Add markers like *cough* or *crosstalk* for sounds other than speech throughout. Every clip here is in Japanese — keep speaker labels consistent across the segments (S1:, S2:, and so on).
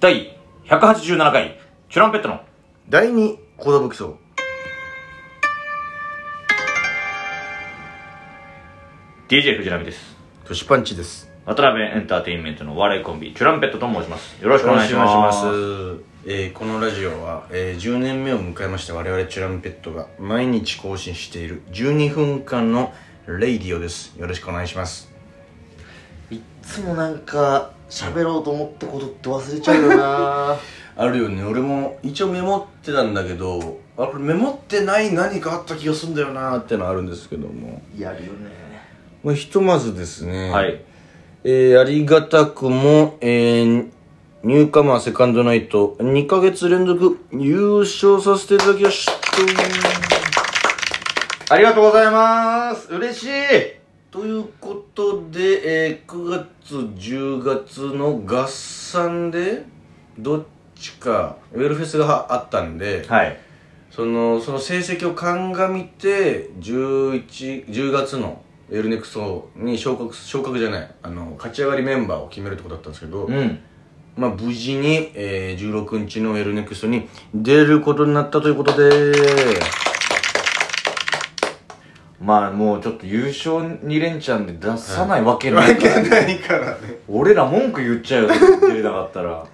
S1: 第187回、チュランペットの、
S2: 第2コードブ基礎
S1: DJ 藤波です。
S2: トシパンチです
S1: 渡辺エンターテインメントのお笑いコンビ、チュランペットと申します。よろしくお願いします。
S2: えーこのラジオは、えー10年目を迎えました我々チュランペットが毎日更新している12分間のレイディオですよろしくお願いします
S3: いっつもなんか喋ろうと思ったことって忘れちゃうよな
S2: あるよね俺も一応メモってたんだけどあこれメモってない何かあった気がするんだよなーってのあるんですけども
S3: *laughs* やるよね
S2: まあ、ひとまずですね、
S1: はい
S2: えーありがたくも、えーニューカマーセカンドナイト2ヶ月連続優勝させていただきました
S1: ありがとうございます。嬉しい。
S2: ということで、えー9月10月の合算でどっちかウェルフェスがあったんで、
S1: はい。
S2: そのその成績を鑑みて11 10月のエルネクソに昇格昇格じゃないあの勝ち上がりメンバーを決めるってことだったんですけど、
S1: うん。
S2: まあ、無事に、えー16日のエルネクストに出ることになったということで
S1: まあもうちょっと優勝2連チャンで出さないわけない、
S2: ないからね
S1: 俺ら文句言っちゃうよ、出れなかったら。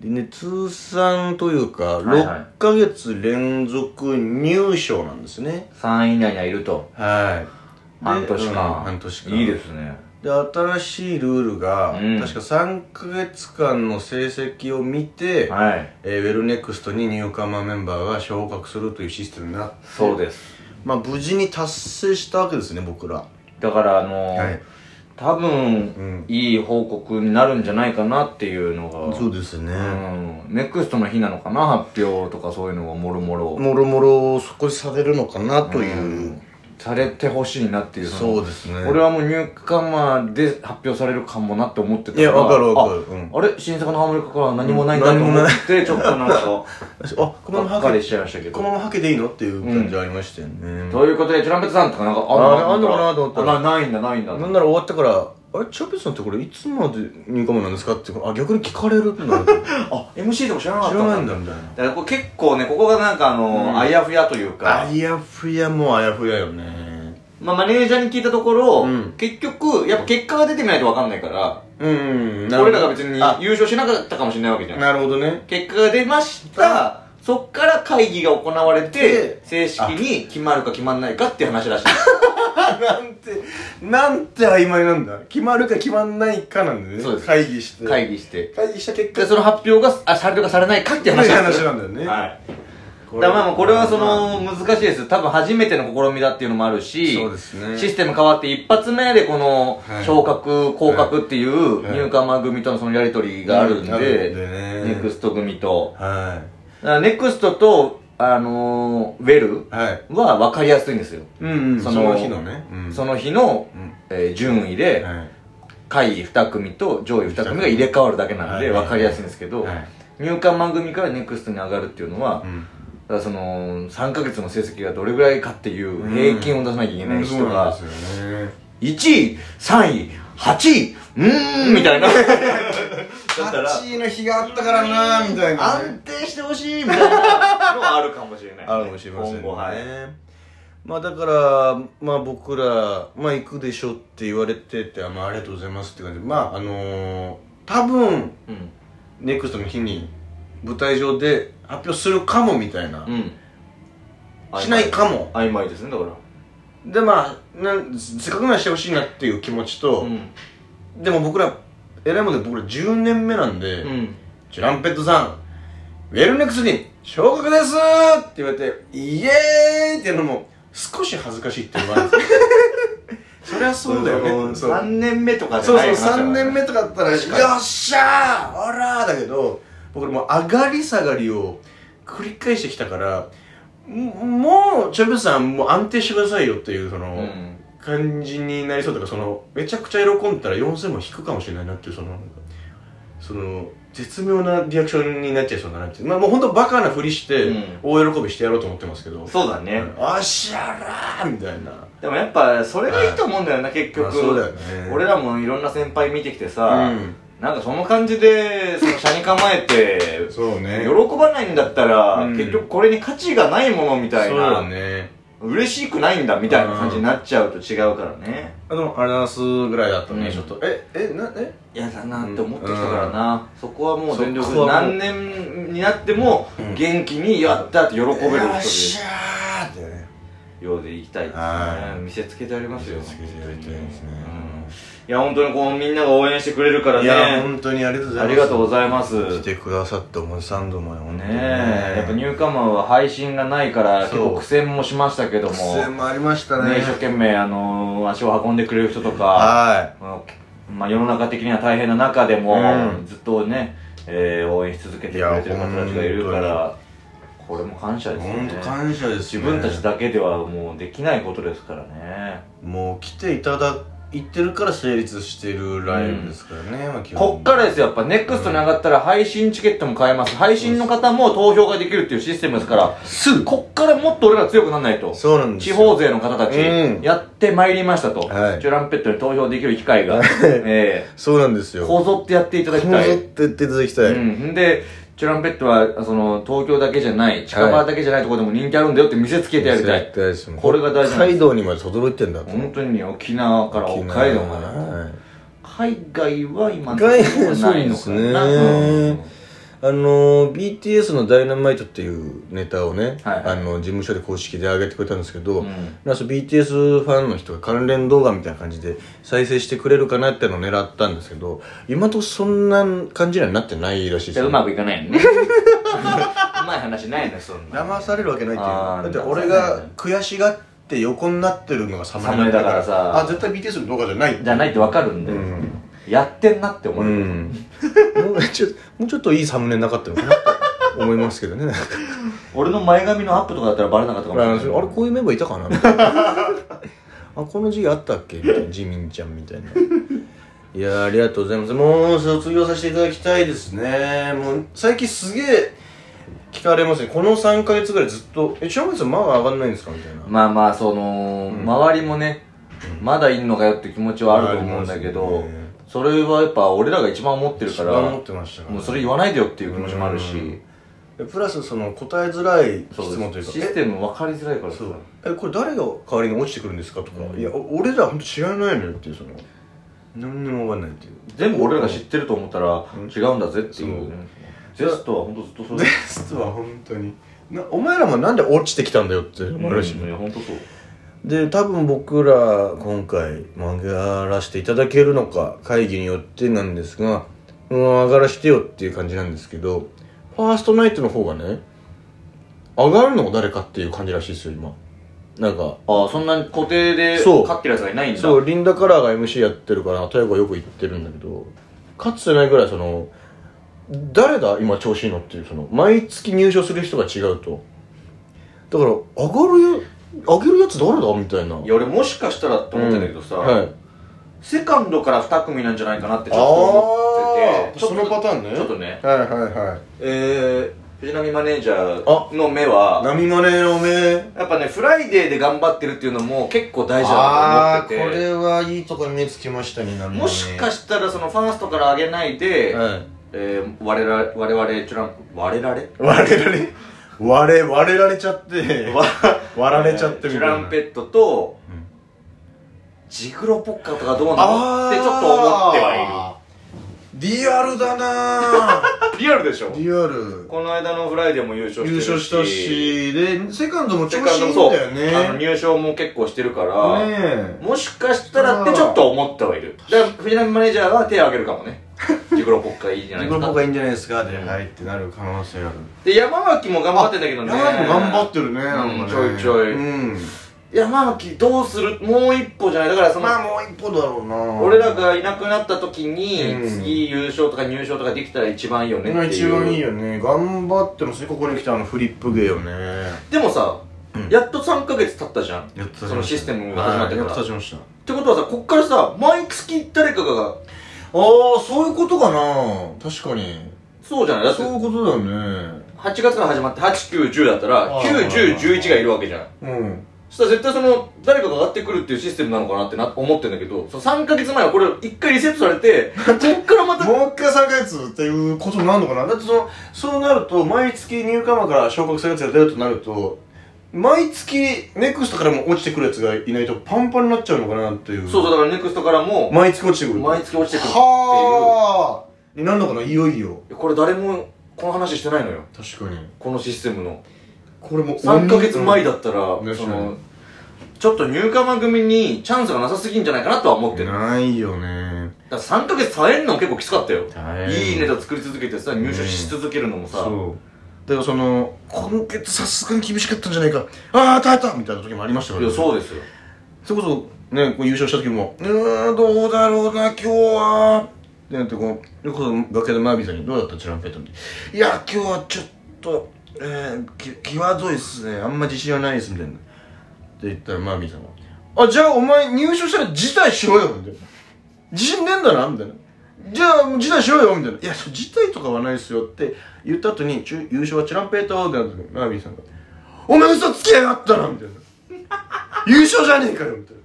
S2: でね通算というか、
S1: はいはい
S2: 6ヶ月連続入賞なんですね
S1: 3位以内にはいると。
S2: はい
S1: 半年間。
S2: うん半年間
S1: いいですね。
S2: で新しいルールが、
S1: うん
S2: 確か3ヶ月間の成績を見て、
S1: はい。
S2: えーウェルネクストにニューカマーメンバーが昇格するというシステムになって
S1: そうです。
S2: まあ無事に達成したわけですね僕ら
S1: だからあのー
S2: はい
S1: 多分、
S2: ん
S1: いい報告になるんじゃないかなっていうのが
S2: そうですね、
S1: うんネクストの日なのかな発表とかそういうのがもろもろ
S2: もろもろそこでされるのかなという、
S1: されてほしいなっていうの
S2: そうですね
S1: 俺はもう入荷カマーで発表されるかもなって思ってたから
S2: いやわかるわかる
S1: あ,、
S2: うん
S1: あれ新作のハモリカから何もないんだと思ってちょっとなん *laughs* か
S2: あこのま
S1: が
S2: ま
S1: っか
S2: は
S1: り
S2: け
S1: しちゃいましたけ
S2: この
S1: ど
S2: ままはけでいいのっていう感じありましたよね、
S1: ということでチュランペットさんとかなんか
S2: ああんのかなと思ったら
S1: あなないんだないんだ
S2: なんなら終わったから「あれチャペさんってこれいつまで入荷もなんですか?」ってあ逆に聞かれるんだ知
S1: *laughs* あ MC とか知らなかった
S2: らないんだみたいな
S1: だからこれ結構ねここがなんかあの、あやふやというか
S2: あやふやもあやふやよね
S1: まあ、マネージャーに聞いたところ、
S2: うん
S1: 結局やっぱ結果が出てみないと分かんないから
S2: うん
S1: 俺らが別に
S2: あ
S1: 優勝しなかったかもしれないわけじゃん
S2: なるほどね
S1: 結果が出ましたそっから会議が行われて
S2: で
S1: 正式に決まるか決まんないかっていう話らしい
S2: なんてなんて曖昧なんだ決まるか決まんないかなんでね
S1: そうです
S2: 会議して
S1: 会議して
S2: 会議した結
S1: でその発表があされるかされないかっていう話
S2: っていう話なんだよね
S1: はいだからまあまあこれはその難しいです多分初めての試みだっていうのもあるし
S2: そうですね
S1: システム変わって一発目でこの
S2: はい
S1: 昇格降格っていう
S2: はい
S1: 入荷間組とのそのやり取りがあるん
S2: うんあるんで
S1: でネ
S2: ね
S1: クスト組と
S2: は
S1: だからネクストとあのーウェ
S2: いはい
S1: ルは分かりやすいんですよ
S2: うんうんその日のねうん
S1: その日の
S2: うん
S1: えー順位で
S2: はい
S1: 下位2組と上位2組が入れ替わるだけなんで
S2: はい
S1: 分かりやすいんですけど
S2: はい
S1: 入荷間組からネクストに上がるっていうのは
S2: うん
S1: だからその3ヶ月の成績がどれぐらいかっていう平均を出さなきゃいけない人が、
S2: そうなんですよね
S1: 1位3位8位うーんみた
S2: *laughs*
S1: いな
S2: 8位の日があったからなみたいな、
S1: 安定してほしいみたいなのはあるかもしれない、
S2: あるかもしれませんね
S1: 今後はい
S2: まあだからまあ僕ら「まあ行くでしょ」って言われてて「あ,、まあ、ありがとうございます」って感じでまああのー、多
S1: う
S2: 分
S1: ん
S2: ネクストの日に舞台上で発表するかもみたいな、
S1: うん
S2: しないかも
S1: 曖昧ですねだから
S2: でまあなんせっかくならしてほしいなっていう気持ちと、
S1: ん
S2: でも僕ら偉いもんで僕ら10年目なんで、
S1: うん
S2: チュランペットさん、ウェルネックスに昇格ですって言われて、イエーイってやるのも、少し恥ずかしいって言われ *laughs* て。そりゃそうだよね。そう
S1: 3年目とかじゃ
S2: そう
S1: ない
S2: そ
S1: 話だ
S2: う、
S1: から
S2: 3年目とかだったら、よっ
S1: 確かに
S2: しゃーおらーだけど、僕らもう上がり下がりを繰り返してきたから、ももう、チョブさん、もう安定してくださいよっていう、その、
S1: うん
S2: 感じになりそうとかそのめちゃくちゃ喜んだら4000も引くかもしれないなっていうそのその絶妙なリアクションになっちゃいそうだなっていうまあもう本当バカなふりして、
S1: うん
S2: 大喜びしてやろうと思ってますけど
S1: そうだね、
S2: あっしゃらーみたいな
S1: でもやっぱそれがいいと思うんだよな、結局、
S2: まあそうだよね
S1: 俺らもいろんな先輩見てきてさ、
S2: うん
S1: なんかその感じでその車に構えて
S2: そうね
S1: 喜ばないんだったら、
S2: うん
S1: 結局これに価値がないものみたい
S2: そう
S1: な、
S2: ね
S1: 嬉しくないんだみたいな感じになっちゃうと違うからね、
S2: あでもあれだすぐらいだったね、
S1: うん
S2: ちょっとええなえ
S1: 嫌だなって思ってきたからな、そこはもう全力
S2: そ
S1: で
S2: こはもう
S1: 何年になっても
S2: うん
S1: 元気にやったって喜べる人で
S2: よっしゃーってね
S1: ようでいきたいです
S2: は
S1: ね見せつけてありますよ
S2: 見せつけてやりたいですね
S1: うんいや本当にこうみんなが応援してくれるから
S2: いや
S1: ね
S2: 本当にありがとうござい
S1: あ
S2: ます
S1: りがとうございます
S2: 来てくださっておもさんどもよ本当
S1: ね
S2: に
S1: えやっぱニューカマーは配信がないから結
S2: そう
S1: 構苦戦もしましたけども
S2: 苦戦もありましたね
S1: ね一生懸命あのー足を運んでくれる人とか
S2: は
S1: うんまあ世の中的には大変な中でも
S2: うん
S1: ずっとねえー応援し続けてくれてる方たちがいるか
S2: いや
S1: らこれも感謝
S2: い
S1: です
S2: 本
S1: ね
S2: 当感謝です
S1: 自
S2: ね
S1: 分たちだけではもうできないことですからね
S2: もう来ていただいてるから成立してるライブですからね、まあ基
S1: こっからですよ、やっぱネクストに上がったら配信チケットも買えます。配信の方も投票ができるっていうシステムですから、
S2: すぐ
S1: こっからもっと俺ら強くならないと。
S2: そうなんです
S1: 地
S2: よ
S1: 方勢の方たち
S2: うん、
S1: やってまいりましたと。
S2: はい
S1: チュランペットに投票できる機会が、え
S2: そうなんです
S1: え
S2: よ
S1: こぞってやっていただきたい。
S2: こぞってやっていただきたい、
S1: うん。んで、チュランペットは、その、東京だけじゃない、近場だけじゃないところでも人気あるんだよって見せつけてやりたい。
S2: です
S1: これが大事なんです
S2: 北海道にまで轟いてんだと
S1: 本当に沖縄から北海道まで。
S2: はい
S1: 海外は今のとこ
S2: 海
S1: ろ
S2: 外
S1: ないのか
S2: そうですね
S1: な。うん
S2: あのー BTS の「ダイナマイト」っていうネタをね、
S1: はいはい
S2: あの事務所で公式で上げてくれたんですけど、
S1: うん
S2: なんかその BTS ファンの人が関連動画みたいな感じで再生してくれるかなってのを狙ったんですけど今のとこそんな感じにはなってないらしいです
S1: じゃあ
S2: よ
S1: うまくいかない
S2: *laughs*
S1: よねうまい話ないのそんな
S2: 騙されるわけないっていう
S1: あ
S2: だ
S1: ー
S2: って俺が悔しがって横になってるのがサムネだか
S1: サムネ
S2: ら
S1: だからさ
S2: あ絶対 BTS の動画じゃない
S1: じゃないってわかるんで、
S2: うん
S1: やってんなって思う、
S2: う *laughs* んもうちょもうちょっといいサムネなかったのかなと思いますけどね
S1: 俺の前髪のアップとかだったらバレなかった
S2: あ
S1: か
S2: れ
S1: もしれない
S2: こういうメンバーいたかなみた
S1: *laughs*
S2: いなあこの字あったっけみたいなジミンちゃんみたいないやーありがとうございますもう卒業させていただきたいですねもう最近すげえ聞かれますねこの3か月ぐらいずっと「え正月さんまだ上がんないんですか?」みたいな
S1: まあまあその、周りもねまだいんのかよって気持ちはあると思うんだけ
S2: あ
S1: ど、
S2: りますね
S1: それはやっぱ俺らが一番思ってる
S2: 一
S1: から
S2: 番思ってましたから
S1: もうそれ言わないでよっていう気持ちもあるし、
S2: うんえプラスその答えづらい質
S1: そう
S2: 問とい
S1: で
S2: う
S1: す
S2: か
S1: システム分かりづらいからさ
S2: そうえこれ誰が代わりに落ちてくるんですかとか、いやお俺ら本当知らないのよっていうその何にも分かんないっていう
S1: 全部俺らが知ってると思ったら違うんだぜっていうね、
S2: そう
S1: ゼストはほんとずっとそれ
S2: ベストは本当になお前らもなんで落ちてきたんだよっていうのもあるし、
S1: うんいやほんとそう
S2: で多分僕ら今回曲がらせていただけるのか会議によってなんですがうん上がらしてよっていう感じなんですけどファーストナイトの方がね上がるの誰かっていう感じらしいですよ今なんか
S1: ああそんなに固定で
S2: そう
S1: 飼ってるやつがいないんだ
S2: そうリンダカラーが MC やってるから大悟よく行ってるんだけどかつてないぐらいその誰だ今調子いいのっていうその毎月入賞する人が違うとだから上がるや上げるやつ誰だみたいない
S1: や俺もしかしたらと思ってんだけどさ、
S2: はい、
S1: セカンドから2組なんじゃないかなってちょっと思ってて
S2: あーそのパターンね
S1: ちょっとね
S2: はいはいはい
S1: えー、藤波マネージャーの目は
S2: 波マネーの目
S1: やっぱねフライデーで頑張ってるっていうのも結構大事
S2: あ
S1: だ
S2: あ
S1: と
S2: こ
S1: 思ってて
S2: れはいいとこに目つきましたね
S1: もしか
S2: し
S1: したらそのファーストから上げないで、
S2: てはい
S1: えー、我ら我々チュラン我々
S2: 割れられ割れ割れられちゃって割られちゃって
S1: えー
S2: み
S1: チ
S2: た
S1: ュ
S2: いな
S1: ランペットと、
S2: うん
S1: ジグロポッカとかどうなのってちょっと思ってはい
S2: るリアルだなぁ
S1: いるリアルでしょ
S2: リアル
S1: この間のフライデーも優勝してるし
S2: 優勝したしでセカンドも調
S1: セ
S2: 子
S1: カン
S2: い
S1: ド
S2: い
S1: も
S2: ん
S1: そう
S2: だよね
S1: あの入賞も結構してるから、
S2: ねえ
S1: もしかしたらってちょっと思ってはいるだから藤波マネージャーは手を挙げるかも
S2: *laughs*
S1: ねジグロポッカいいんじゃな
S2: 自
S1: い
S2: 分
S1: かな
S2: の方がいいんじゃないですかで
S1: うん
S2: はいってなる可能性ある
S1: で山脇も頑張ってんだけどね
S2: 山田も頑張ってるねなんか
S1: うん
S2: ね
S1: ちょいちょい
S2: うん
S1: 山脇どうするもう一歩じゃないだからその、
S2: まあもう一歩だろうな
S1: 俺らがいなくなった時に、
S2: うん
S1: 次優勝とか入賞とかできたら一番いいよねってい
S2: 一
S1: う
S2: 番いいよね頑張ってますねここに来たあのフリップ芸よね
S1: でもさ、やっと3ヶ月経ったじゃんっ
S2: やった
S1: そのシステムが始まってから
S2: やっと立ちました
S1: てことはさこっからさ毎月誰かが
S2: ああそういうことかな確かに
S1: そうじゃないだって
S2: そういうことだよね
S1: 8月から始まって8、9、10だったら
S2: あー
S1: 9、10、11がいるわけじゃん
S2: うん
S1: そしたら絶対その誰かが上がってくるっていうシステムなのかなってな思ってるんだけどその3ヶ月前はこれ一回リセットされ
S2: *laughs*
S1: てこっからまた
S2: もう一回3ヶ月っていうことになるのかなだってそのそうなると毎月入荷間から昇格するやつが出るとなると毎月ネクストからも落ちてくるやつがいないとパンパンになっちゃうのかなっていう
S1: そうそうだからネクストからも
S2: 毎月落ちてくる
S1: 毎月落ちてくるっていう
S2: はあになるのかないよいよ
S1: これ誰もこの話してないのよ
S2: 確かに
S1: このシステムの
S2: これも
S1: 3ヶ月前
S2: だ
S1: だったら
S2: うん
S1: そ
S2: 確か
S1: の
S2: に
S1: ちょっと入荷番組にチャンスがなさすぎんじゃないかなとは思ってるだか
S2: ないよね
S1: ら3ヶ月耐えんの結構きつかったよ
S2: 大
S1: いいネタ作り続けてさ入手し続けるのもさ
S2: そうだからその今月さすがに厳しかったんじゃないかああ耐えたみたいな時もありましたか
S1: い
S2: ら
S1: や
S2: ね
S1: そうですよ
S2: それこそねこう優勝した時もうーんどうだろうな今日はってなってこうそれこそ楽屋でマービーさんに「どうだったチランペット」って「いや今日はちょっと、えー、き際どいっすねあんま自信はないです」みたいなって言ったらマービーさんが「あじゃあお前入賞したら辞退しろよ」みたいな「自信ねえんだな」みたいな「じゃあもう辞退しろよ」みたいな「いやそう辞退とかはないっすよ」って言った後にちゅ優勝はチランペットってなった時マービーさんが「お前嘘つきやがったな」みたいな「優勝じゃねえかよ」みたい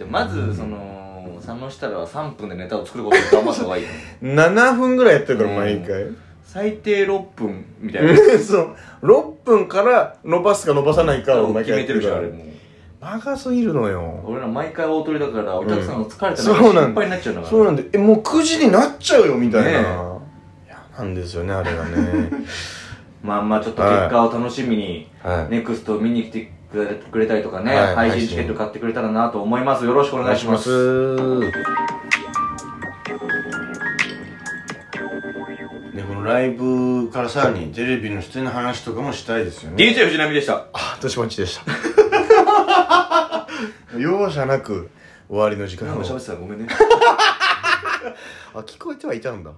S2: な
S1: でまずその佐野したらは3分でネタを作ることに頑張った方がいいよ
S2: 7分ぐらいやってるから
S1: うん
S2: 毎回 *laughs*
S1: 最低6分みたいな
S2: そう6分から伸ばすか伸ばさないかを毎
S1: 決
S2: 回や
S1: める
S2: っててる
S1: じ
S2: か
S1: ゃん
S2: ら
S1: あれもう
S2: 長すぎるのよ
S1: 俺ら毎回大取りだからお客さんの疲れて
S2: う
S1: なんい
S2: そう
S1: 心
S2: なん
S1: 配になっちゃうんだから
S2: そうなんでえもう9時になっちゃうよみたいな、
S1: ねえ
S2: いやなんですよねあれがね
S1: まあまあちょっと結果を楽しみに、
S2: はい
S1: ネクスト見に来てくれくれたりとかね、
S2: はい
S1: 配信チケット買ってくれたらなと思います。よろし *laughs* くお
S2: お
S1: 願いします。
S2: ね、このライブからさらにテレビの出演の話とかもしたいですよね
S1: DJ 藤波でした。
S2: あ年待ちでした *laughs* 容赦なく終わりの時間を *laughs*
S1: てたらごめんね。
S2: あ聞こえてはいたんだ